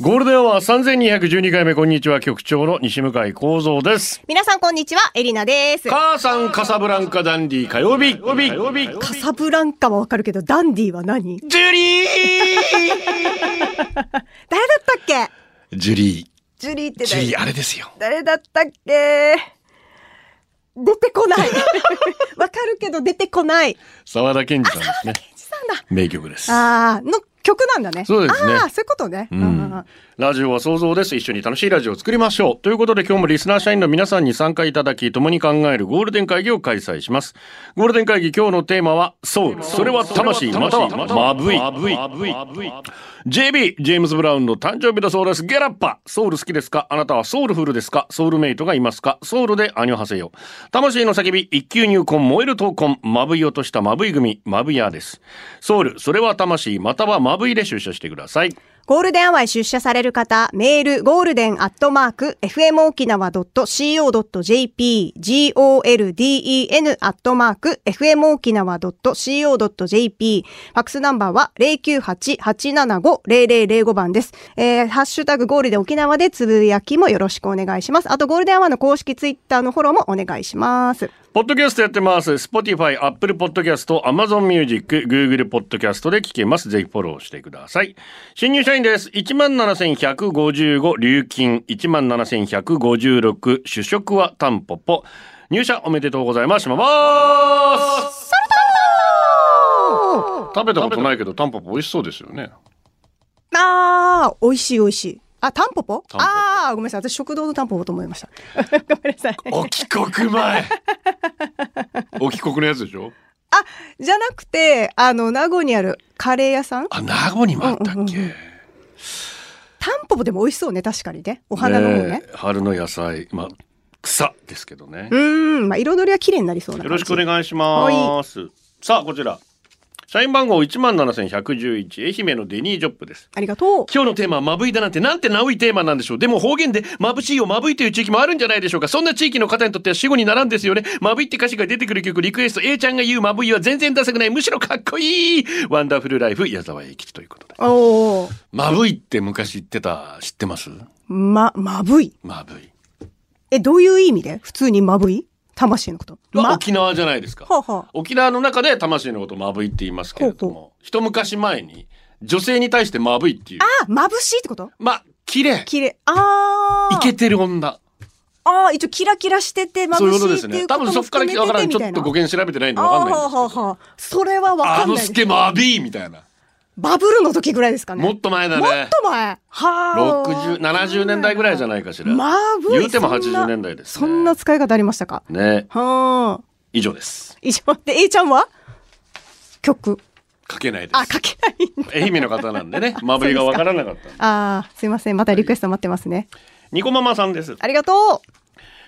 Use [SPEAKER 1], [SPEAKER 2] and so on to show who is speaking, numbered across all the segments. [SPEAKER 1] ゴールデンは三千二百十二回目こんにちは局長の西向井光三です。
[SPEAKER 2] 皆さんこんにちは、エリナです。カ
[SPEAKER 1] 母さんカサブランカダンディ火曜日火曜日火曜日
[SPEAKER 2] サブランカはわかるけど、ダンディは何
[SPEAKER 1] ジュリー
[SPEAKER 2] 誰だったっけ
[SPEAKER 1] ジュリー
[SPEAKER 2] ジュリーって
[SPEAKER 1] ジュリ
[SPEAKER 2] 誰
[SPEAKER 1] ーあれですよ。
[SPEAKER 2] 誰だったっけ出てこない。 わかるけど出てこない。
[SPEAKER 1] 沢田研二さんですね。名曲です。
[SPEAKER 2] あー、の曲なんだね。
[SPEAKER 1] そうですね
[SPEAKER 2] あー、そういうことね。
[SPEAKER 1] う
[SPEAKER 2] うんうんうん
[SPEAKER 1] ん、ラジオは想像です一緒に楽しいラジオを作りましょうということで今日もリスナー社員の皆さんに参加いただき共に考えるゴールデン会議を開催しますゴールデン会議今日のテーマはそうそれは魂またはまぶい JB ジェームズ・ブラウンの誕生日だそうですゲラッパソウル好きですかあなたはソウルフルですかソウルメイトがいますかソウルでアニョハセよ魂の叫び一級入魂燃える闘魂まぶい落としたまぶい組まぶいやですソウルそれは魂またはまぶいで出社してください
[SPEAKER 2] ゴールデンアワーへ出社される方、メール、ゴールデンアットマーク、fmokinawa.co.jp、golden アットマーク、fmokinawa.co.jp、ファックスナンバーは098-875-0005番です。えー、ハッシュタグゴールデン沖縄でつぶやきもよろしくお願いします。あと、ゴールデンアワーの公式ツイッターのフォローもお願いします。
[SPEAKER 1] ポッドキャストやってます。Spotify、Apple Podcast、Amazon Music、Google Podcast で聞けます。ぜひフォローしてください。新入社員です。17,155、流金、17,156、主食はタンポポ。入社おめでとうございます。します食べたことないけど、タンポポ美味しそうですよね。
[SPEAKER 2] あー、美味しい美味しい。あ、タンポポ
[SPEAKER 1] タンポポ
[SPEAKER 2] あー、ごめんなさい。私、食堂のタンポポと思いました。ごめんなさい。
[SPEAKER 1] お帰国前 お帰国のやつでしょ
[SPEAKER 2] じゃなくて、あの、名護にあるカレー屋さん。
[SPEAKER 1] あ、名護にもあったっけ、
[SPEAKER 2] タンポポでも美味しそうね、確かにね。お花の方ね。
[SPEAKER 1] ねえ春の野菜、まあ、草ですけどね。
[SPEAKER 2] うーん、まあ、彩りは綺麗になりそうな
[SPEAKER 1] よ
[SPEAKER 2] 感じ。
[SPEAKER 1] ろしくお願いします。さあ、こちら。社員番号一万七千百十一、愛媛のデニージョップです。
[SPEAKER 2] ありがとう。
[SPEAKER 1] 今日のテーマはまぶいだなんてなんてなおいテーマなんでしょう。でも方言でまぶしいよまぶいという地域もあるんじゃないでしょうか。そんな地域の方にとっては死後にならんですよね。まぶいって歌詞が出てくる曲リクエスト A ちゃんが言うまぶいは全然ダサくない。むしろかっこいい。ワンダフルライフ矢沢永吉ということで。
[SPEAKER 2] おー、
[SPEAKER 1] まぶいって昔言ってた知ってます？
[SPEAKER 2] ま、まぶい。
[SPEAKER 1] まぶい。
[SPEAKER 2] え、どういう意味で普通にまぶい魂のこと。
[SPEAKER 1] は
[SPEAKER 2] ま、
[SPEAKER 1] 沖縄じゃないですか。
[SPEAKER 2] ほうほう。
[SPEAKER 1] 沖縄の中で魂のことをまぶいって言いますけれども、
[SPEAKER 2] ほ
[SPEAKER 1] 一昔前に女性に対してまぶいっていう。
[SPEAKER 2] あ、まぶしいってこと
[SPEAKER 1] まあ、綺麗。
[SPEAKER 2] 綺麗。あー。
[SPEAKER 1] イケてる女。
[SPEAKER 2] あー、一応キラキラしてて、ま
[SPEAKER 1] そうい
[SPEAKER 2] ぶ
[SPEAKER 1] う
[SPEAKER 2] し
[SPEAKER 1] こと
[SPEAKER 2] い
[SPEAKER 1] で
[SPEAKER 2] っ
[SPEAKER 1] す
[SPEAKER 2] て
[SPEAKER 1] ね
[SPEAKER 2] い。う
[SPEAKER 1] 多
[SPEAKER 2] こと
[SPEAKER 1] 分そ
[SPEAKER 2] も
[SPEAKER 1] こから来
[SPEAKER 2] 含めて
[SPEAKER 1] たわからん。
[SPEAKER 2] み
[SPEAKER 1] ち
[SPEAKER 2] た
[SPEAKER 1] ょ
[SPEAKER 2] い
[SPEAKER 1] っ
[SPEAKER 2] な
[SPEAKER 1] と語源調べてないんでわか
[SPEAKER 2] あ
[SPEAKER 1] んない
[SPEAKER 2] ー
[SPEAKER 1] ん
[SPEAKER 2] は
[SPEAKER 1] で
[SPEAKER 2] ー
[SPEAKER 1] すけど
[SPEAKER 2] はーはーそれはわ
[SPEAKER 1] あ
[SPEAKER 2] かん
[SPEAKER 1] の
[SPEAKER 2] ない
[SPEAKER 1] すけまびーみたいな。
[SPEAKER 2] バブルの時ぐらいですかね。
[SPEAKER 1] もっと前だね。
[SPEAKER 2] もっと前。はー
[SPEAKER 1] 60、70年代ぐらいじゃないかしら。
[SPEAKER 2] まぶい
[SPEAKER 1] 言うても
[SPEAKER 2] そんな
[SPEAKER 1] 80年代です、ね。
[SPEAKER 2] そんな使い方ありましたか
[SPEAKER 1] ね。
[SPEAKER 2] はあ。
[SPEAKER 1] 以上です。
[SPEAKER 2] 以上で、A ちゃんは曲。
[SPEAKER 1] 書けないで
[SPEAKER 2] あ、
[SPEAKER 1] す。
[SPEAKER 2] 書けないんだ。
[SPEAKER 1] 愛媛の方なんで ね、まぶいがわからなかったんで。
[SPEAKER 2] あーすいません。またリクエスト待ってますね。
[SPEAKER 1] ニコママさんです。
[SPEAKER 2] ありがとう。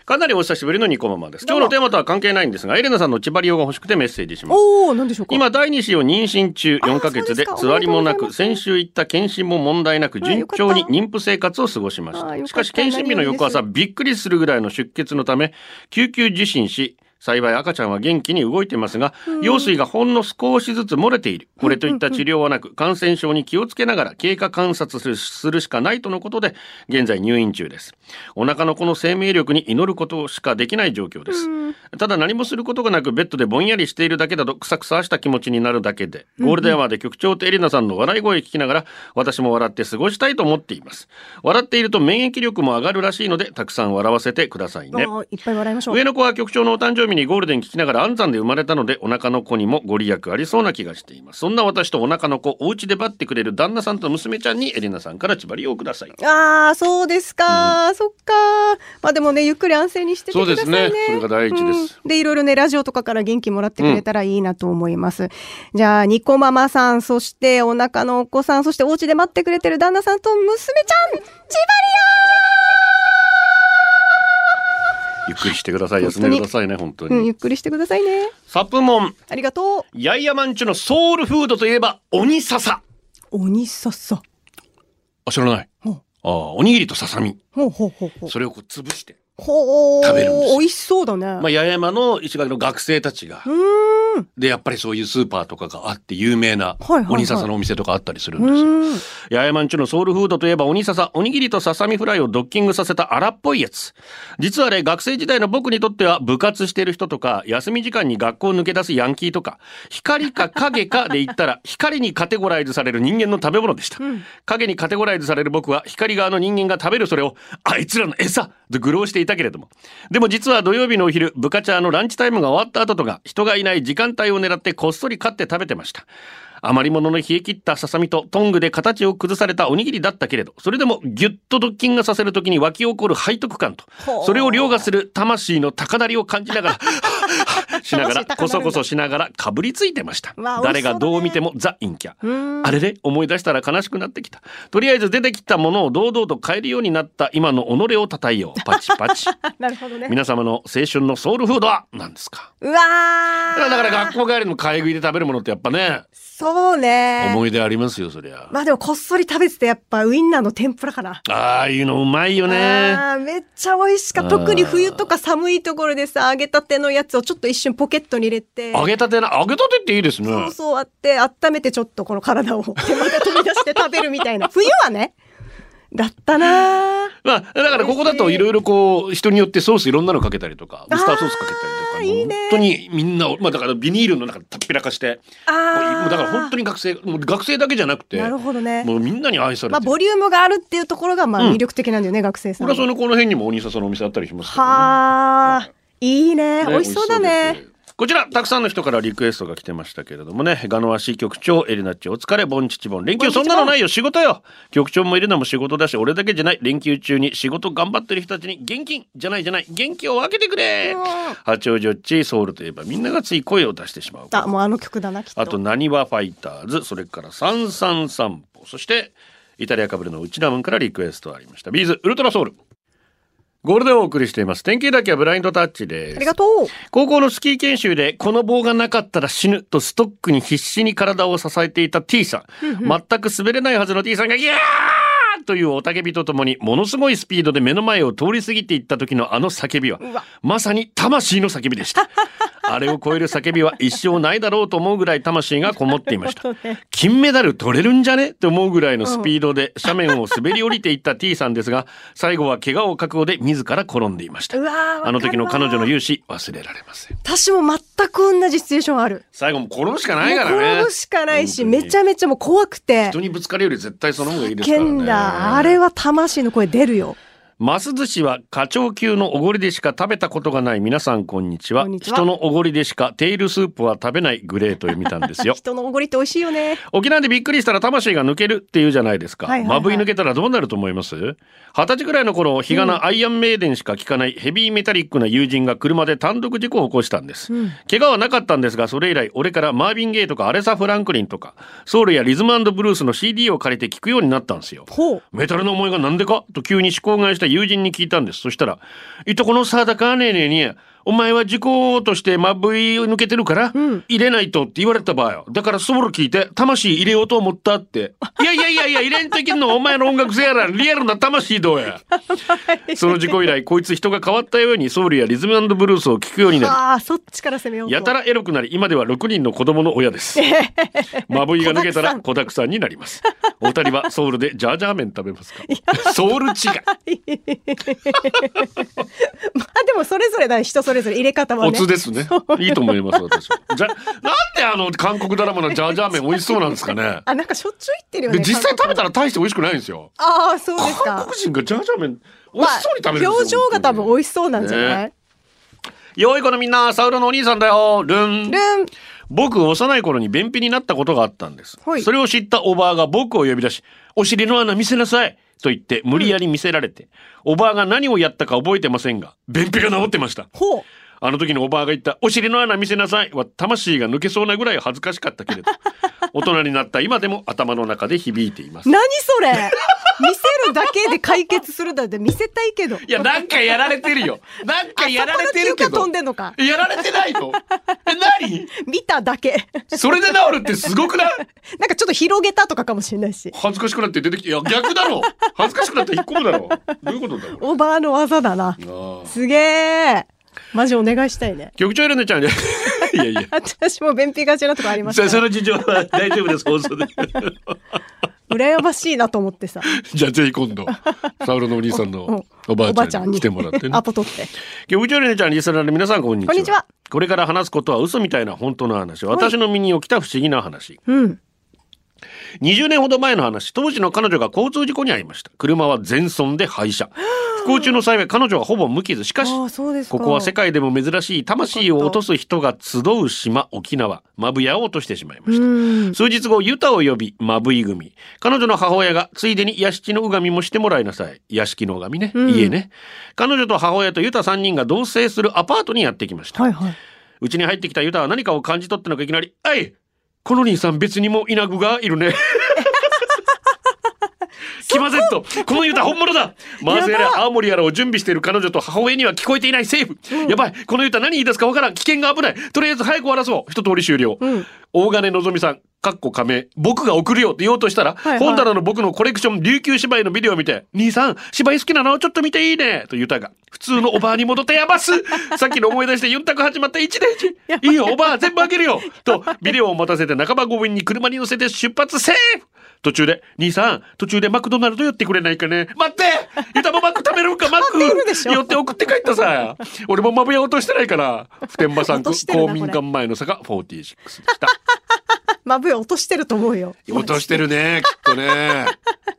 [SPEAKER 1] かなりお久しぶりのニコママです。
[SPEAKER 2] ど
[SPEAKER 1] 今
[SPEAKER 2] う
[SPEAKER 1] 日のテ
[SPEAKER 2] も
[SPEAKER 1] ーマとは関係ないんですが、エレナさんの千葉リオが欲しくてメッセージします。
[SPEAKER 2] おー、なんでしょうか。
[SPEAKER 1] 今第2子を妊娠中
[SPEAKER 2] あー
[SPEAKER 1] 4ヶ月で
[SPEAKER 2] そうですか
[SPEAKER 1] つわりもな
[SPEAKER 2] おめでとうご
[SPEAKER 1] く
[SPEAKER 2] ざいま
[SPEAKER 1] 先
[SPEAKER 2] す
[SPEAKER 1] 週行った検診も問題なく
[SPEAKER 2] あーよ
[SPEAKER 1] 順
[SPEAKER 2] かった
[SPEAKER 1] 調に妊婦生活を過ごしまし
[SPEAKER 2] あーよか
[SPEAKER 1] た
[SPEAKER 2] った
[SPEAKER 1] しかし検診日の翌朝
[SPEAKER 2] 何
[SPEAKER 1] びっくりするぐらいの出血のため救急受診し幸い赤ちゃんは元気に動いていますが羊水がほんの少しずつ漏れているこれといった治療はなく感染症に気をつけながら経過観察するするしかないとのことで現在入院中ですお腹の子の生命力に祈ることしかできない状況ですただ何もすることがなくベッドでぼんやりしているだけだとくさくさした気持ちになるだけでゴールデンアワーで局長とエリナさんの笑い声聞きながら私も笑って過ごしたいと思っています笑っていると免疫力も上がるらしいのでたくさん笑わせてくださいね
[SPEAKER 2] あーいっぱい笑いましょう。
[SPEAKER 1] 上の子は局長のお誕生日にゴールデン聞きながら安産で生まれたのでお腹の子にもご利益ありそうな気がしていますそんな私とお腹の子お家でばってくれる旦那さんと娘ちゃんにエリナさんから千葉りをください
[SPEAKER 2] ああ、そうですか、そっか。まあでもね、ゆっくり安静にしててくださいね。
[SPEAKER 1] そうですねそれが第一です
[SPEAKER 2] うんで、いろいろね、ラジオとかから元気もらってくれたらいいなと思います。じゃあ、ニコママさん、そしてお腹のお子さん、そしてお家で待ってくれてる旦那さんと娘ちゃん、千葉り
[SPEAKER 1] よゆっくりしてください。休んでくださいね、本当
[SPEAKER 2] うん、ゆ
[SPEAKER 1] に。
[SPEAKER 2] っくりしてくださいね。
[SPEAKER 1] サプモン、
[SPEAKER 2] ありがと
[SPEAKER 1] ヤイヤマンチュのソウルフードといえば、鬼笹。
[SPEAKER 2] う。鬼ささ。
[SPEAKER 1] あ、知らない。
[SPEAKER 2] ほう
[SPEAKER 1] ああ、おにぎりとささみ。
[SPEAKER 2] ほうほうほうほう。
[SPEAKER 1] それをこう潰して。
[SPEAKER 2] ほう。
[SPEAKER 1] 食べるんですよ
[SPEAKER 2] 美味しそうだね。
[SPEAKER 1] まあ、八重山の石垣の学生たちが
[SPEAKER 2] う、ーん。
[SPEAKER 1] で、やっぱりそういうスーパーとかがあって有名な
[SPEAKER 2] はいはい、はい
[SPEAKER 1] 鬼笹のお店とかあったりするんですよ。
[SPEAKER 2] うーん。
[SPEAKER 1] 八重山んちのソウルフードといえば鬼笹、おにぎりとささみフライをドッキングさせた荒っぽいやつ。実はあれ、学生時代の僕にとっては部活してる人とか、休み時間に学校を抜け出すヤンキーとか、光か影かで言ったら、 光にカテゴライズされる人間の食べ物でした。影にカテゴライズされる僕は、光側の人間が食べるそれを、あいつらの餌と愚弄していたけれども。でも実は土曜日のお昼、部活のランチタイムが終わった後とか、人がいない時間帯を狙ってこっそり買って食べてました。余り物の冷え切ったささみとトングで形を崩されたおにぎりだったけれど、それでもギュッとドッキングさせるときに湧き起こる背徳感と
[SPEAKER 2] ほう、
[SPEAKER 1] それを凌駕する魂の高鳴りを感じながら、 しながら、
[SPEAKER 2] 魂高鳴るんだ
[SPEAKER 1] こそこそしながらかぶりついてました。
[SPEAKER 2] うわ美味
[SPEAKER 1] 誰
[SPEAKER 2] しそうだね
[SPEAKER 1] がどう見てもザ・陰キャ。
[SPEAKER 2] うーん
[SPEAKER 1] あれれ思い出したら悲しくなってきた。とりあえず出てきたものを堂々と買えるようになった今の己を叩いよう。パチパ チ。
[SPEAKER 2] なるほどね。
[SPEAKER 1] 皆様の青春のソウルフードは何ですか
[SPEAKER 2] うわ
[SPEAKER 1] だ
[SPEAKER 2] ー。
[SPEAKER 1] から学校帰りの買い食いで食べるものってやっぱね、
[SPEAKER 2] そうね。
[SPEAKER 1] 思い出ありますよ、そりゃ。
[SPEAKER 2] まあでもこっそり食べててやっぱウインナーの天ぷらかな。
[SPEAKER 1] ああいうのうまいよね。
[SPEAKER 2] あーめっちゃ美味しかった。
[SPEAKER 1] あー
[SPEAKER 2] 特に冬とか寒いところでさ、揚げたてのやつをちょっと一瞬ポケットに入れて。
[SPEAKER 1] 揚げたてな、揚げたてっていいですね。
[SPEAKER 2] そうそうあって、温めてちょっとこの体を手間が飛び出して食べるみたいな。冬はね。だったなー
[SPEAKER 1] まあ、だからここだといろいろこう、人によってソースいろんなのかけたりとか、ウスターソースかけたりとか、
[SPEAKER 2] あーいいね
[SPEAKER 1] 本当にみんなを、まあだからビニールの中でたっぴらかして、
[SPEAKER 2] あ
[SPEAKER 1] も
[SPEAKER 2] ー
[SPEAKER 1] うだから本当に学生、もう学生だけじゃなくて、
[SPEAKER 2] なるほどね。
[SPEAKER 1] もうみんなに愛され
[SPEAKER 2] まあ
[SPEAKER 1] てる。
[SPEAKER 2] ボリュームがあるっていうところがまあ
[SPEAKER 1] うん
[SPEAKER 2] 魅力的なんだよね、学生さん
[SPEAKER 1] 浦
[SPEAKER 2] は。
[SPEAKER 1] 添のこの辺にも鬼笹のお店あったりしますけどね
[SPEAKER 2] はあ、いいね。
[SPEAKER 1] ね
[SPEAKER 2] 美味しそうだ
[SPEAKER 1] 美味し
[SPEAKER 2] ね
[SPEAKER 1] そ。うですこちら、たくさんの人からリクエストが来てましたけれどもね、ガノワシ局長、エリナッチ、お疲れ、ボンチチボン。連休、
[SPEAKER 2] ボ
[SPEAKER 1] そ
[SPEAKER 2] ン
[SPEAKER 1] ん
[SPEAKER 2] チチボン
[SPEAKER 1] なのないよ、仕事よ。局長もエリナも仕事だし、俺だけじゃない。連休中に仕事頑張ってる人たちに、現金じゃないじゃない、元気を分けてくれ。八王子よっち、ソウルといえば、みんながつい声を出してしまう。
[SPEAKER 2] あ、もうあの曲だな、きっと。
[SPEAKER 1] あと、なにわファイターズ、それから三三散歩、そして、イタリアかぶれの内田ンからリクエストありました。ビーズ、ウルトラソウル。ゴールデンをお送りしています。天気だけはブラインドタッチです。
[SPEAKER 2] あり がとう。
[SPEAKER 1] 高校のスキー研修で、この棒がなかったら死ぬとストックに必死に体を支えていた T さん。全く滑れないはずの T さんが、ギャーという雄たけびとともに、ものすごいスピードで目の前を通り過ぎていった時のあの叫びは、まさに魂の叫びで した。あれを超える叫びは一生ないだろうと思うぐらい魂がこもっていました。金メダル取れるんじゃねって思うぐらいのスピードで斜面を滑り降りていった T さんですが、最後は怪我を覚悟で自ら転んでいました
[SPEAKER 2] うわーわかるわ
[SPEAKER 1] あの時の彼女の勇姿忘れられません
[SPEAKER 2] 私も全く同じシチュエーションある。
[SPEAKER 1] 最後も転ぶしかないからね
[SPEAKER 2] もう転ぶしかないし、めち
[SPEAKER 1] ゃ
[SPEAKER 2] ゃめちゃもう怖くて。
[SPEAKER 1] 人にぶつかるより絶対その方がいいですからね
[SPEAKER 2] 剣だ。あれは魂の声出るよ。
[SPEAKER 1] ます寿司は課長級のおごりでしか食べたことがない皆さんこんにちは
[SPEAKER 2] こんにちは
[SPEAKER 1] 人のおごりでしかテールスープは食べないグレートを見たんですよ
[SPEAKER 2] 人のおごりって美味しいよね。
[SPEAKER 1] 沖縄でびっくりしたら魂が抜けるっていうじゃないですか。
[SPEAKER 2] はいはいはい
[SPEAKER 1] まぶい抜けたらどうなると思います二十歳くらいの頃、日がなアイアンメイデンしか聞かないヘビーメタリックな友人が車で単独事故を起こしたんです。怪我はなかったんですが、それ以来、俺からマービン・ゲイとかアレサ・フランクリンとか、ソウルやリズムブルースの CD を借りて聞くようになったんですよ。
[SPEAKER 2] ほう。
[SPEAKER 1] メタルの思いがなんでかと急に思考買いした友人に聞いたんです。そしたら、いとこのサーダカーネーネーに、お前は時効としてまぶい抜けてるから、入れないとって言われた場合よだからソウル聞いて、魂入れようと思ったって。いやいやいやいや、入れんといけんのお前の音楽性やら、リアルな魂どうや。その事故以来、こいつ人が変わったようにソウルやリズムブルースを聞くようになり、
[SPEAKER 2] ああ、そっちから攻めようと。
[SPEAKER 1] やたらエロくなり、今では6人の子供の親 です。まぶいが抜けたら子だくさんになります。お二人はソウルでジャージャー麺食べますかソウル違い。
[SPEAKER 2] まあでもそれぞれだね。人それぞれ入れ方は
[SPEAKER 1] お
[SPEAKER 2] ね。
[SPEAKER 1] つですね。いいと思います、私は。じゃ、なんであの韓国ドラマのジャージャー麺美味しそうなんですかね。
[SPEAKER 2] あ、なんかしょっちゅう言ってるよ
[SPEAKER 1] で、
[SPEAKER 2] ね。
[SPEAKER 1] 実際食べた
[SPEAKER 2] ら。
[SPEAKER 1] ら大して美味しくないんですよ。
[SPEAKER 2] ああ、そうです
[SPEAKER 1] 韓
[SPEAKER 2] か
[SPEAKER 1] 国。人がジャージャー麺美味しそうに食べるんですよ。
[SPEAKER 2] まあ表情が多分美味しそうなんじゃない、
[SPEAKER 1] ねよい子のみんな、サウロのお兄さんだよ。ルン。
[SPEAKER 2] ルン。
[SPEAKER 1] 僕幼い頃に便秘になったことがあったんです、
[SPEAKER 2] はい
[SPEAKER 1] それを知ったおばあが僕を呼び出し「お尻の穴見せなさい」と言って無理やり見せられて、おばあが何をやったか覚えてませんが便秘が治ってました
[SPEAKER 2] ほう。
[SPEAKER 1] あの時のおばあが言った、お尻の穴見せなさいは魂が抜けそうなぐらい恥ずかしかったけれど、 大人になった今でも頭の中で響いています。
[SPEAKER 2] 何それ見せるだけで解決するだって見せたいけど。
[SPEAKER 1] いや、なんかやられて るよ。なんかやられてるけ
[SPEAKER 2] あそこの休暇
[SPEAKER 1] ど
[SPEAKER 2] 飛ん。でんのか。
[SPEAKER 1] やられてないのえ、何
[SPEAKER 2] 見ただけ。
[SPEAKER 1] それで治るってすごくない
[SPEAKER 2] なんかちょっと広げたとかかもしれないし。
[SPEAKER 1] 恥ずかしくなって出てきて、いや、逆だろ う恥ずかしくなったら一個目だろうどういうことだろ
[SPEAKER 2] おばあの技だな。
[SPEAKER 1] う
[SPEAKER 2] すげえ。マジお願いしたいね。
[SPEAKER 1] 局長エレネちゃんね。 いやいや。
[SPEAKER 2] 私も便秘がちなとこありまし
[SPEAKER 1] じゃあ
[SPEAKER 2] た
[SPEAKER 1] そ
[SPEAKER 2] よ。
[SPEAKER 1] の事情は大丈夫です、放送で。
[SPEAKER 2] 羨ましいなと思ってさ。
[SPEAKER 1] じゃあぜひ今度、サウロのお兄さん
[SPEAKER 2] うん
[SPEAKER 1] のおばあちゃんに来てもらってね
[SPEAKER 2] ア。ポ取って。
[SPEAKER 1] 局長エレネちゃん、リスナーの皆さん、こんにちは。
[SPEAKER 2] こんにちは
[SPEAKER 1] これから話すことは嘘みたいな本当の話。私の身に起きた不思議な話。
[SPEAKER 2] うん。
[SPEAKER 1] 20年ほど前の話当時の彼女が交通事故に遭いました車は全損で廃車不幸中の幸い彼女はほぼ無傷しかし
[SPEAKER 2] ああ、そうですか。
[SPEAKER 1] ここは世界でも珍しい魂を落とす人が集う島沖縄マブヤを落としてしまいました
[SPEAKER 2] うん。
[SPEAKER 1] 数日後ユタを呼びマブイ組彼女の母親がついでに屋敷の拝みもしてもらいなさい屋敷の拝みね、
[SPEAKER 2] うん
[SPEAKER 1] 家ね彼女と母親とユタ3人が同棲するアパートにやってきました、
[SPEAKER 2] はいはい。
[SPEAKER 1] うちに入ってきたユタは何かを感じ取ったのかいきなり「あいこの兄さん別にも稲具がいるね」気まぜんとこのユタ本物だ回せやら青森やらを準備している彼女と母親には聞こえていないセーフ、やばいこのユタ何言い出すかわからん危険が危ないとりあえず早く終わらそう一通り終了、
[SPEAKER 2] うん。
[SPEAKER 1] 大金のぞみさんかっこ仮名僕が送るよって言おうとしたら、
[SPEAKER 2] はいはい
[SPEAKER 1] 本棚の僕のコレクション琉球芝居のビデオを見て「兄さん芝居好きなのちょっと見ていいね」とユタが普通のおばあに戻ってやば すさっきの思い出してユンタク始まった1年いいよおばあ全部あげるよとビデオを持たせて半ば強引に車に乗せて出発セーフ途中で「兄さん途中でマクドナルド寄ってくれないかね待ってユタもマック食べるんかマック
[SPEAKER 2] 待ってるでしょ
[SPEAKER 1] 寄って送って帰ったさ俺もマブヤ落としてないから普天間産
[SPEAKER 2] 落としてるな
[SPEAKER 1] 公
[SPEAKER 2] これ
[SPEAKER 1] 民館前の坂46でした。
[SPEAKER 2] まぶ落としてると思うよ。
[SPEAKER 1] 落としてる ね、きっとね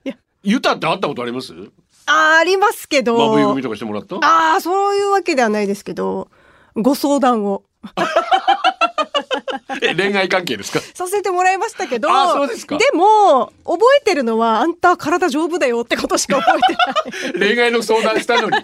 [SPEAKER 2] いや。
[SPEAKER 1] ユタって会ったことあります
[SPEAKER 2] あーありますけど。
[SPEAKER 1] マブイ組とかしてもらった
[SPEAKER 2] ああ、そういうわけではないですけど、ご相談を
[SPEAKER 1] え、恋愛関係 ですか
[SPEAKER 2] させてもらいましたけど、
[SPEAKER 1] あそうですか
[SPEAKER 2] も、覚えてるのは、あんた体丈夫だよってことしか覚えてない。
[SPEAKER 1] 恋愛の相談した のに。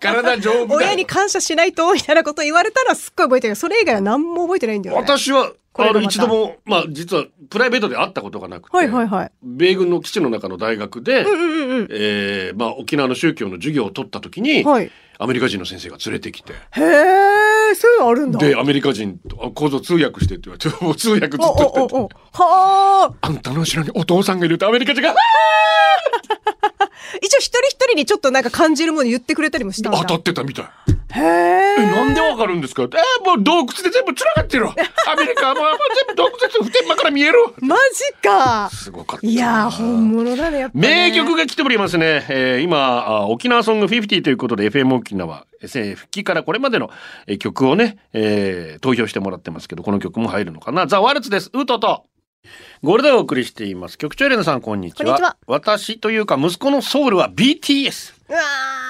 [SPEAKER 1] 体丈夫だよ
[SPEAKER 2] 親に感謝しないと、みたいなこと言われたらすっごい覚えてるけど、それ以外は何も覚えてないんだよね。
[SPEAKER 1] 私は、
[SPEAKER 2] これ
[SPEAKER 1] あ
[SPEAKER 2] が
[SPEAKER 1] の、
[SPEAKER 2] また
[SPEAKER 1] 一度も、まあ、実は、プライベートで会ったことがなくて、
[SPEAKER 2] はいはいはい。
[SPEAKER 1] 米軍の基地の中の大学で、
[SPEAKER 2] うんうんうん
[SPEAKER 1] えーまあ、沖縄の宗教の授業を取った時
[SPEAKER 2] う
[SPEAKER 1] に、
[SPEAKER 2] ん。はい。
[SPEAKER 1] アメリカ人の先生が連れてきて、
[SPEAKER 2] へえ、そういうのあるんだ。
[SPEAKER 1] で、アメリカ人と、あ、構造通訳してって言われて、もう通訳ずっ
[SPEAKER 2] お
[SPEAKER 1] として
[SPEAKER 2] お
[SPEAKER 1] て
[SPEAKER 2] おお。はあ。
[SPEAKER 1] あんたの後ろにお父さんがいるってアメリカ人が、
[SPEAKER 2] 一応一人一人にちょっとなんか感じるもの言ってくれたりもしたんだ。
[SPEAKER 1] 当たってたみたい。
[SPEAKER 2] へえ。
[SPEAKER 1] え、なんでわかるんですかえーもう洞窟で全部繋がってるわアメリカはもうもう全部洞窟で普天間から見えるわ
[SPEAKER 2] マジか。
[SPEAKER 1] すごかった。
[SPEAKER 2] いやー、本物だね、やっぱ、ね。
[SPEAKER 1] 名曲が来ておりますね。えー今、あ沖縄ソング50ということで FM 沖縄、えー復帰からこれまでのえー曲をね、えー投票してもらってますけど、この曲も入るのかな。ザ・ワルツです。ウートと。ゴールデンをお送りしています。局長エレナさん、こんにちは。
[SPEAKER 2] こんにちは
[SPEAKER 1] 私というか、息子のソウルは BTS。
[SPEAKER 2] うわ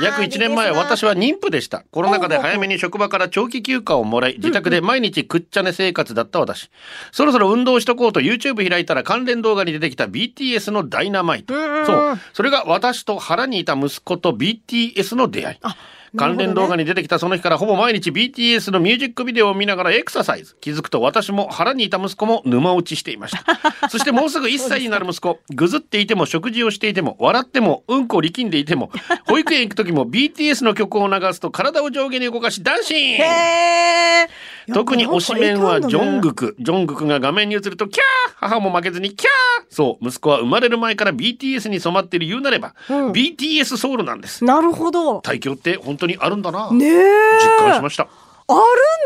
[SPEAKER 2] ー
[SPEAKER 1] 約1年前私は妊婦でしたコロナ禍で早めに職場から長期休暇をもらい自宅で毎日くっちゃね生活だった私そろそろ運動しとこうと YouTube 開いたら関連動画に出てきた BTS の「ダイナマイト」そうそれが私と腹にいた息子と BTS の出会い
[SPEAKER 2] なる
[SPEAKER 1] 関
[SPEAKER 2] ほどね
[SPEAKER 1] 連動画に出てきたその日からほぼ毎日 BTS のミュージックビデオを見ながらエクササイズ気づくと私も腹にいた息子も沼落ちしていました そしてもうすぐ1歳になる息子ぐずっていても食事をしていても笑ってもうんこを力んでい ても保育園行く時も BTS の曲を流すと体を上下に動かしダンシング
[SPEAKER 2] へー
[SPEAKER 1] 特に推しメンはジョン
[SPEAKER 2] ク。
[SPEAKER 1] グク、ジョングクが画面に映るとキャー母も負けずにキャーそう息子は生まれる前から BTS に染まっている言うなれば、
[SPEAKER 2] うん
[SPEAKER 1] BTS ソウルなんです
[SPEAKER 2] なるほど。
[SPEAKER 1] 大教って本当にあるんだな、
[SPEAKER 2] ねえ。
[SPEAKER 1] 実感しました
[SPEAKER 2] あ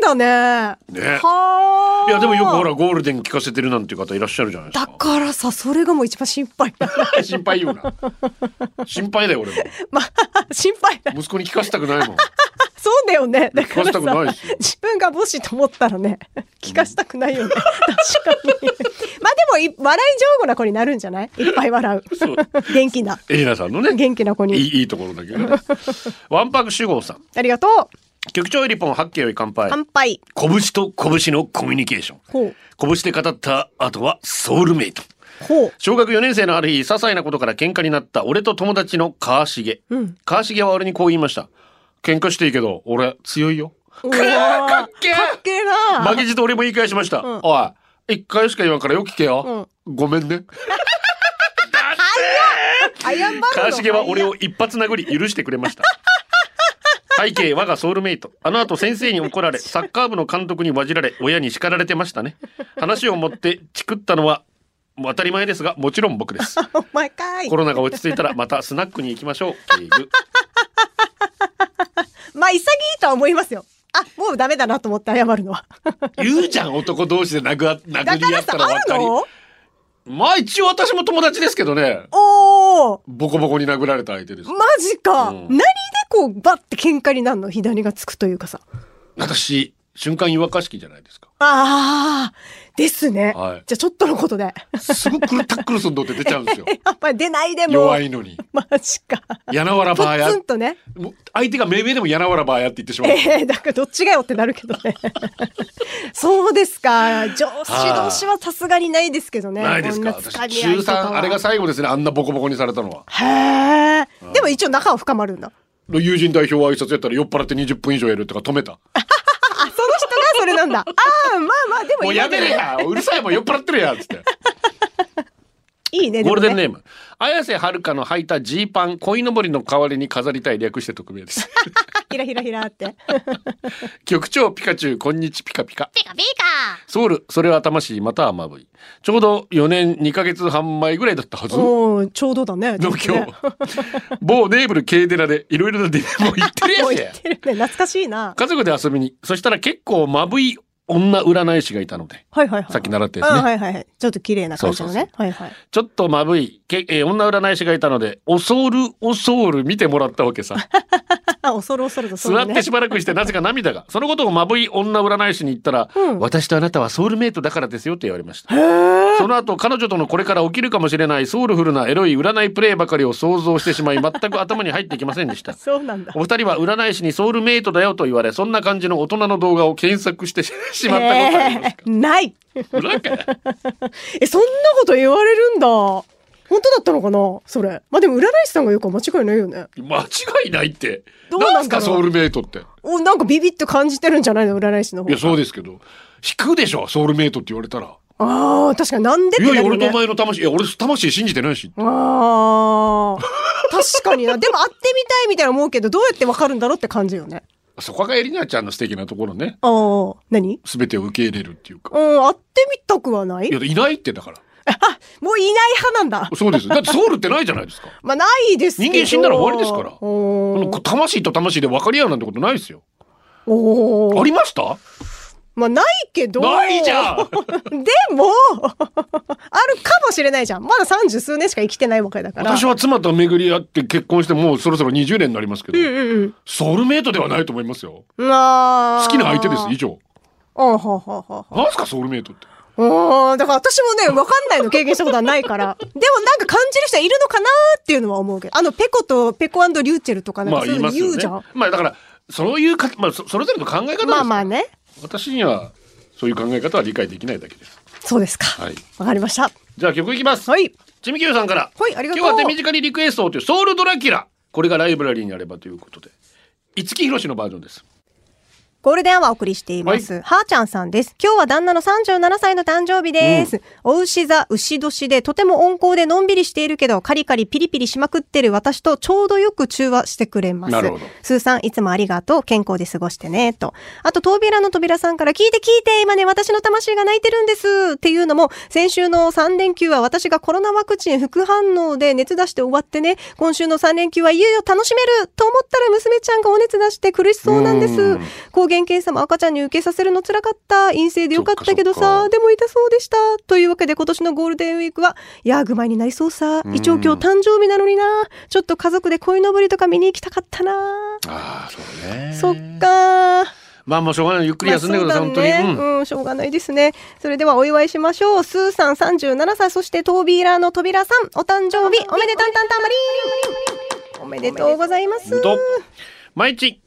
[SPEAKER 2] るんだね。
[SPEAKER 1] ね
[SPEAKER 2] はあ。
[SPEAKER 1] いやでもよくほらゴールデン聞かせてるなんていう方いらっしゃるじゃないです
[SPEAKER 2] だ
[SPEAKER 1] か
[SPEAKER 2] からさ、それがもう一番心配だ。
[SPEAKER 1] 心配よな心配だよ俺も
[SPEAKER 2] まあ、心配だ。
[SPEAKER 1] 息子に聞かせたくないもん
[SPEAKER 2] そうだよね。だからさ
[SPEAKER 1] 聞かせたくないし、
[SPEAKER 2] 自分がもしと思ったらね、聞かしたくないよね。確かに。まあでもい、笑い上手な子になるんじゃないいっぱい笑
[SPEAKER 1] そう
[SPEAKER 2] う。元気な。
[SPEAKER 1] エリナさんのね
[SPEAKER 2] 元気な子
[SPEAKER 1] いい
[SPEAKER 2] に。
[SPEAKER 1] いいところだけどねワンパク主語さん
[SPEAKER 2] ありがとう。
[SPEAKER 1] 局長エリポン八景より乾杯
[SPEAKER 2] 乾杯。
[SPEAKER 1] 拳と拳のコミュニケーション
[SPEAKER 2] ほう。
[SPEAKER 1] 拳で語った後はソウルメイト
[SPEAKER 2] ほう。
[SPEAKER 1] 小学4年生のある日些細なことから喧嘩になった俺と友達の川重、
[SPEAKER 2] うん
[SPEAKER 1] 川重は俺にこう言いました喧嘩していいけど俺強いよ
[SPEAKER 2] おー
[SPEAKER 1] くーかっけー
[SPEAKER 2] かっけえな
[SPEAKER 1] 負けじと俺も言い返しました、
[SPEAKER 2] うん
[SPEAKER 1] おい一回しか言わんからよく聞けよ、ごめんね
[SPEAKER 2] 謝るの
[SPEAKER 1] 川重は俺
[SPEAKER 2] を
[SPEAKER 1] を一発殴り許してくれま した背景我がソウルメイトあの後先生に怒ら れサッカー部の監督にわじられ親に叱られてましたね話を持ってチクったのはもう当たり前ですがもちろん僕です
[SPEAKER 2] お前かい
[SPEAKER 1] コロナが落ち着いたらまたスナックに行きましょうケーグ
[SPEAKER 2] まあ潔いとは思いますよあもうダメだなと思って謝るのは
[SPEAKER 1] 言うじゃん男同士で殴あ
[SPEAKER 2] だ
[SPEAKER 1] 殴
[SPEAKER 2] か
[SPEAKER 1] り合
[SPEAKER 2] ら
[SPEAKER 1] った
[SPEAKER 2] さ
[SPEAKER 1] ら
[SPEAKER 2] あ
[SPEAKER 1] 分か
[SPEAKER 2] る
[SPEAKER 1] り
[SPEAKER 2] の
[SPEAKER 1] まあ一応私も友達ですけどね
[SPEAKER 2] おお
[SPEAKER 1] ボコボコに殴られた相手です
[SPEAKER 2] マジか、
[SPEAKER 1] うん
[SPEAKER 2] 何でこうバッて喧嘩になるの左がつくというかさ
[SPEAKER 1] 私瞬間湯沸かし器じゃないですか
[SPEAKER 2] ああですね、
[SPEAKER 1] はい
[SPEAKER 2] じゃあちょっとのことで
[SPEAKER 1] すぐくるタックルするのって出ちゃうんですよ
[SPEAKER 2] やっぱり出ないでも
[SPEAKER 1] 弱いのに
[SPEAKER 2] マジか
[SPEAKER 1] 柳原
[SPEAKER 2] ポ
[SPEAKER 1] バーや
[SPEAKER 2] ツンとね
[SPEAKER 1] もう相手が命名でも柳原バーやって言ってしまう
[SPEAKER 2] ええだからどっちがよってなるけどね そうですか上司同士はさすがにないですけどね
[SPEAKER 1] ないですか
[SPEAKER 2] こんな
[SPEAKER 1] 私
[SPEAKER 2] 掴み合い
[SPEAKER 1] 中
[SPEAKER 2] とかは
[SPEAKER 1] 3あれが最後ですねあんなボコボコにされたのは
[SPEAKER 2] へえでも一応仲は深まるんだ
[SPEAKER 1] 友人代表挨拶やったら酔っ払って20分以上やるとか止めた
[SPEAKER 2] あその人がそれなんだああまあまあでも
[SPEAKER 1] もうやめれ
[SPEAKER 2] いいね
[SPEAKER 1] やうるさいもん酔っ払ってるやつって
[SPEAKER 2] いいねで
[SPEAKER 1] ゴー
[SPEAKER 2] も
[SPEAKER 1] ル
[SPEAKER 2] ね
[SPEAKER 1] デンネーム綾瀬はるかの履いたジーパン鯉のぼりの代わりに飾りたい略して匿名です
[SPEAKER 2] ひらひらひらって
[SPEAKER 1] 局長ピカチュウこんにちピカピカピカピカソウルそれは魂またはまぶいちょうど4年2ヶ月半前ぐらいだったはず
[SPEAKER 2] おーちょうどだね
[SPEAKER 1] の
[SPEAKER 2] ちょ
[SPEAKER 1] 今
[SPEAKER 2] っとね
[SPEAKER 1] 日 某ネーブル軽寺でいろいろなディベもう言ってるや
[SPEAKER 2] もう
[SPEAKER 1] つ
[SPEAKER 2] 言
[SPEAKER 1] や
[SPEAKER 2] ってるね懐かしいな
[SPEAKER 1] 家族で遊びにそしたら結構まぶい女占い師がいたので
[SPEAKER 2] はいはいはい
[SPEAKER 1] さっき習ったやつね
[SPEAKER 2] あはいはいはいちょっと綺麗な感じの
[SPEAKER 1] そう
[SPEAKER 2] ねはいはい
[SPEAKER 1] ちょっとまぶいけ、えー女占い師がいたのでおソウルおソウル見てもらったわけさ
[SPEAKER 2] あ 恐る恐るとそう
[SPEAKER 1] 座
[SPEAKER 2] だ
[SPEAKER 1] っ
[SPEAKER 2] ね
[SPEAKER 1] てしばらくしてなぜか涙が そのことをまぶい女占い師に言ったら、
[SPEAKER 2] うん
[SPEAKER 1] 私とあなたはソウルメイトだからですよって言われましたその後彼女とのこれから起きるかもしれないソウルフルなエロい占いプレイばかりを想像してし まい全く頭に入ってきませんでした
[SPEAKER 2] そうなんだ
[SPEAKER 1] お二人は占い師にソウルメイトだよと言われそんな感じの大人の動画を検索してししまったことありますか、
[SPEAKER 2] えー ない
[SPEAKER 1] 裏かよ
[SPEAKER 2] えそんなこと言われるんだ本当だったのかなそれまあでも占い師さんが言うから間違いないよね
[SPEAKER 1] 間違いないって
[SPEAKER 2] どうなんだろう
[SPEAKER 1] 何すかソウルメイトって
[SPEAKER 2] おなんかビビって感じてるんじゃないの占い師の
[SPEAKER 1] い
[SPEAKER 2] 方
[SPEAKER 1] やそうですけど引くでしょソウルメイトって言われたら
[SPEAKER 2] ああ確かになんでっ
[SPEAKER 1] い
[SPEAKER 2] て
[SPEAKER 1] や
[SPEAKER 2] な
[SPEAKER 1] い
[SPEAKER 2] る
[SPEAKER 1] や
[SPEAKER 2] よ
[SPEAKER 1] 俺
[SPEAKER 2] ね
[SPEAKER 1] とお前の魂いや俺魂信じてないし
[SPEAKER 2] ああ。確かにな。でも会ってみたいみたいな思うけど、どうやってわかるんだろうって感じよね。
[SPEAKER 1] そこがエリナちゃんの素敵なところね
[SPEAKER 2] ああ。何
[SPEAKER 1] 全てを受け入れるっていうか
[SPEAKER 2] うん、会ってみたくはない
[SPEAKER 1] いやいないってだから
[SPEAKER 2] もういない派なんだ。
[SPEAKER 1] そうですよだってソウルってないじゃないですか
[SPEAKER 2] まあ、ないですけど。
[SPEAKER 1] 人間死んだら終わりですから
[SPEAKER 2] おー
[SPEAKER 1] 魂と魂で分かり合うなんてことないですよ
[SPEAKER 2] おー
[SPEAKER 1] ありました
[SPEAKER 2] まあ、ないけど。
[SPEAKER 1] ないじゃん
[SPEAKER 2] でも、 あるかもしれないじゃん。まだ三十数年しか生きてないわけだから。
[SPEAKER 1] 私は妻と巡り合って結婚してもうそろそろ20年になりますけど、
[SPEAKER 2] うんうん
[SPEAKER 1] ソウルメイトではないと思いますよ
[SPEAKER 2] うん。あー
[SPEAKER 1] 好きな相手です以。上
[SPEAKER 2] あはははは。
[SPEAKER 1] なんすかソウルメイトって
[SPEAKER 2] おーだから私もね、わかんないの経験したことはないから。 でもなんか感じる人はいるのかなーっていうのは思うけど。あの、ペコとペコリューチェルとかなん
[SPEAKER 1] ま
[SPEAKER 2] か
[SPEAKER 1] あ
[SPEAKER 2] そう
[SPEAKER 1] 言
[SPEAKER 2] い
[SPEAKER 1] いう
[SPEAKER 2] の
[SPEAKER 1] ますよね
[SPEAKER 2] 言うじゃん。まあ、
[SPEAKER 1] まあだからそういうか、まあ、そそれぞれの考え方です
[SPEAKER 2] まあね。
[SPEAKER 1] 私にはそういう考え方は理解できないだけです
[SPEAKER 2] そうですか。
[SPEAKER 1] は
[SPEAKER 2] わ、
[SPEAKER 1] い
[SPEAKER 2] かりました。
[SPEAKER 1] じゃあ曲いきます、
[SPEAKER 2] はい。
[SPEAKER 1] ちみきゅうさんから、
[SPEAKER 2] はいありがとう
[SPEAKER 1] 今日は手短にリクエストをというソウルドラキュラこれがライブラリーにあればということで五木ひろしのバージョンです
[SPEAKER 2] ゴールデンはお送りしています。はーちゃんさんです。今日は旦那の37歳の誕生日です。お牛座、牛年で、とても温厚でのんびりしているけど、カリカリピリピリしまくってる私とちょうどよく中和してくれます。
[SPEAKER 1] なるほど
[SPEAKER 2] スーさん、いつもありがとう。健康で過ごしてね、と。あと、扉の扉さんから、聞いて聞いて今ね、私の魂が泣いてるんですっていうのも、先週の3連休は私がコロナワクチン副反応で熱出して終わってね、今週の3連休はいよいよ楽しめると思ったら娘ちゃんがお熱出して苦しそうなんで
[SPEAKER 1] う
[SPEAKER 2] す
[SPEAKER 1] ん。
[SPEAKER 2] 抗原検査も赤ちゃんに受けさせるの辛かった。陰性でよかったけど
[SPEAKER 1] そっかそっ
[SPEAKER 2] さ、でも痛そうでした。というわけで今年のゴールデンウィークは、ヤーグマになりそうさ。一応今日誕生日なのにな。ちょっと家族で鯉のぼりとか見に行きたかったな。
[SPEAKER 1] ああそうね
[SPEAKER 2] そっかー。
[SPEAKER 1] まあもうしょうがないゆっくり休んでください、
[SPEAKER 2] ま
[SPEAKER 1] 本
[SPEAKER 2] あそ
[SPEAKER 1] 当
[SPEAKER 2] う
[SPEAKER 1] に、
[SPEAKER 2] だね
[SPEAKER 1] うん
[SPEAKER 2] うん、しょうがないですね。それではお祝いしましょう。スーさん37歳、そしてトービーラーの扉さん、お誕生日、おめでたんたんたんまりーおめでとうございます。
[SPEAKER 1] と毎日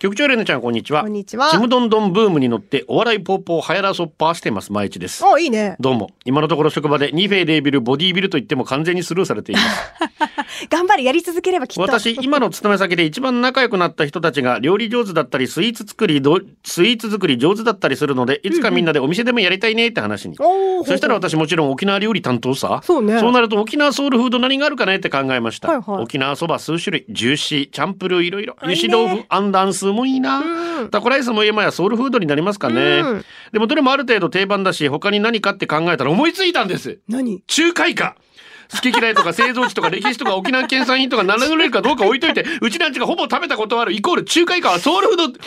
[SPEAKER 1] 局長レネちゃんこんにちは
[SPEAKER 2] こんにちは
[SPEAKER 1] ちむどんどんブームに乗ってお笑いポーポー流行らそっぱーしてます毎日です
[SPEAKER 2] あ、いいね。
[SPEAKER 1] どうも今のところ職場でニフェデービルボディービルと言っても完全にスルーされています
[SPEAKER 2] 頑張れ、やり続ければきっと。
[SPEAKER 1] 私今の勤め先で一番仲良くなった人たちが料理上手だったりスイーツ作りどスイーツ作り上手だったりするのでいつかみんなでお店でもやりたいねって話に、
[SPEAKER 2] おー
[SPEAKER 1] そしたら、私もちろん沖縄料理担当さ
[SPEAKER 2] そうね
[SPEAKER 1] なると沖縄ソウルフード何があるかねって考えました、
[SPEAKER 2] はいはい
[SPEAKER 1] 沖縄そば数種類ジューシーチャンプルーいろいろ
[SPEAKER 2] いいね
[SPEAKER 1] ゆし豆腐アンダンスーもいいな、
[SPEAKER 2] うん
[SPEAKER 1] タコライスも今やソウルフードになりますかね、
[SPEAKER 2] うん
[SPEAKER 1] でもどれもある程度定番だし他に何かって考えたら思いついたんです
[SPEAKER 2] 何
[SPEAKER 1] 中華以下好き嫌いとか製造地とか歴史とか沖縄県産品とか名乗れるかどうか置いといてうちなんちがほぼ食べたことあるイコール中華以下はソウルフード
[SPEAKER 2] 中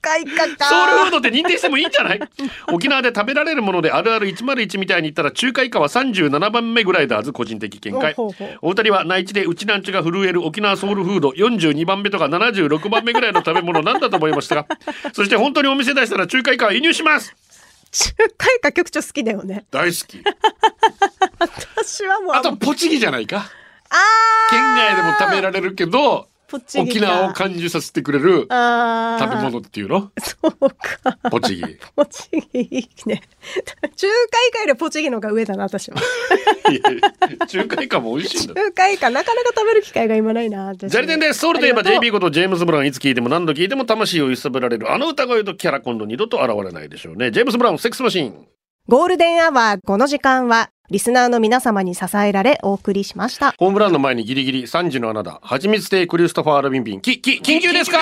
[SPEAKER 2] 華以下か。
[SPEAKER 1] ソウルフードって認定してもいいんじゃない沖縄で食べられるものであるある101みたいに言ったら中華以下は37番目ぐらいだはず個人的見解
[SPEAKER 2] ほうほうほう
[SPEAKER 1] お二人は内地でうちなんちが震える沖縄ソウルフード42番目とか76番目ぐらいの食べ物なんだと思いましたがそして本当にお店出したら中華以下は輸入します
[SPEAKER 2] 中華以下局長好きだよね。
[SPEAKER 1] 大好 き
[SPEAKER 2] 私はもう。
[SPEAKER 1] あとポチギじゃないか
[SPEAKER 2] あ
[SPEAKER 1] 県外でも食べられるけど
[SPEAKER 2] ーポチ
[SPEAKER 1] 沖
[SPEAKER 2] ギか
[SPEAKER 1] 縄を感じさせてくれる
[SPEAKER 2] あー
[SPEAKER 1] 食べ物っていうの
[SPEAKER 2] そうか。
[SPEAKER 1] ポチギ
[SPEAKER 2] ポチギいいね。中華以下よりポチギの方が上だな、私は。
[SPEAKER 1] いやいや中華以下も美味しいんだって
[SPEAKER 2] 中華以下、なかなか食べる機会が今ないな、私
[SPEAKER 1] ジャリテンです。ソウルといえば
[SPEAKER 2] ありがとう
[SPEAKER 1] JB ことジェームズ・ブラウンいつ聴いても何度聴いても魂を揺さぶられるあの歌声とキャラ今度二度と現れないでしょうね。ジェームズ・ブラウン、セックスマシーン。
[SPEAKER 2] ゴールデンアワー、この時間は、リスナーの皆様に支えられ、お送りしました。
[SPEAKER 1] ホームランの前にギリギリ3時のあなた。蜂蜜亭クリストファー・ラビンピン。き、き、緊急ですか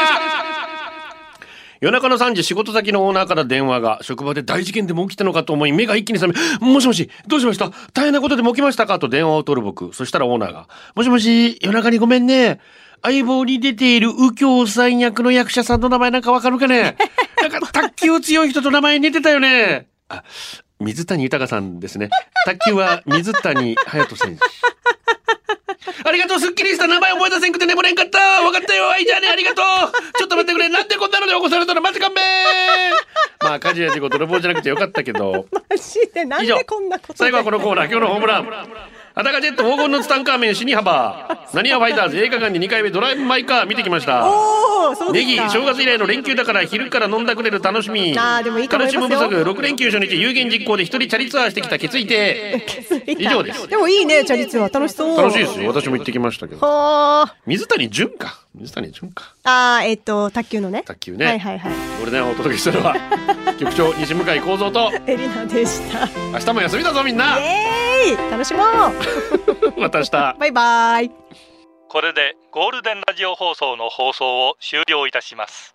[SPEAKER 1] 夜中の3時仕事先のオーナーから電話が職場で大事件でも起きたのかと思い目が一気に覚めもしもしどうしました大変なことでも起きましたかと電話を取る僕そしたらオーナーがもしもし夜中にごめんね相棒に出ている右京さん役の役者さんの名前なんかわかるかねなんか卓球強い人と名前似てたよねあ水谷豊さんですね卓球は水谷隼人選手ありがとう、すっきりした名前覚え出せんくて眠れんかった。わかったよ、あいじゃあね、ありがとう。ちょっと待ってくれ、なんでこんなので起こされたの、マジ勘弁。まあ、火事や事故、泥棒じゃなくてよかったけど。
[SPEAKER 2] マジで、なん
[SPEAKER 1] 以上
[SPEAKER 2] でこんなことで
[SPEAKER 1] 最後はこのコーナー、今日のホームラン。裸ジェット黄金のツタンカーメン死に幅。何やファイターズ映画館に2回目ドライブ・マイ・カー見てきました。
[SPEAKER 2] おーそうで
[SPEAKER 1] ネ
[SPEAKER 2] す
[SPEAKER 1] ギ
[SPEAKER 2] か
[SPEAKER 1] 正月以来の連休だから昼から飲んだくれる楽しみ
[SPEAKER 2] あーでもいいと思
[SPEAKER 1] 楽
[SPEAKER 2] い
[SPEAKER 1] し
[SPEAKER 2] ま
[SPEAKER 1] む
[SPEAKER 2] す
[SPEAKER 1] 不
[SPEAKER 2] よ
[SPEAKER 1] 足6連休初日有言実行で一人チャリツアーしてきた決意亭以上です
[SPEAKER 2] でもいいね、チャリツアー。楽しそう。
[SPEAKER 1] 楽しいですよ私も行ってきましたけど
[SPEAKER 2] ほー。
[SPEAKER 1] 水谷淳か水谷淳か
[SPEAKER 2] あー、えっと、卓球のね。
[SPEAKER 1] 卓球ね
[SPEAKER 2] はいはいはい。
[SPEAKER 1] 俺ねお届けしたの は局長西向井光三と
[SPEAKER 2] エリナでした。
[SPEAKER 1] 明日も休みだぞみんな
[SPEAKER 2] えーい楽しもう
[SPEAKER 1] また明日
[SPEAKER 2] バイバイ
[SPEAKER 3] これでゴールデンラジオ放送の放送を終了いたします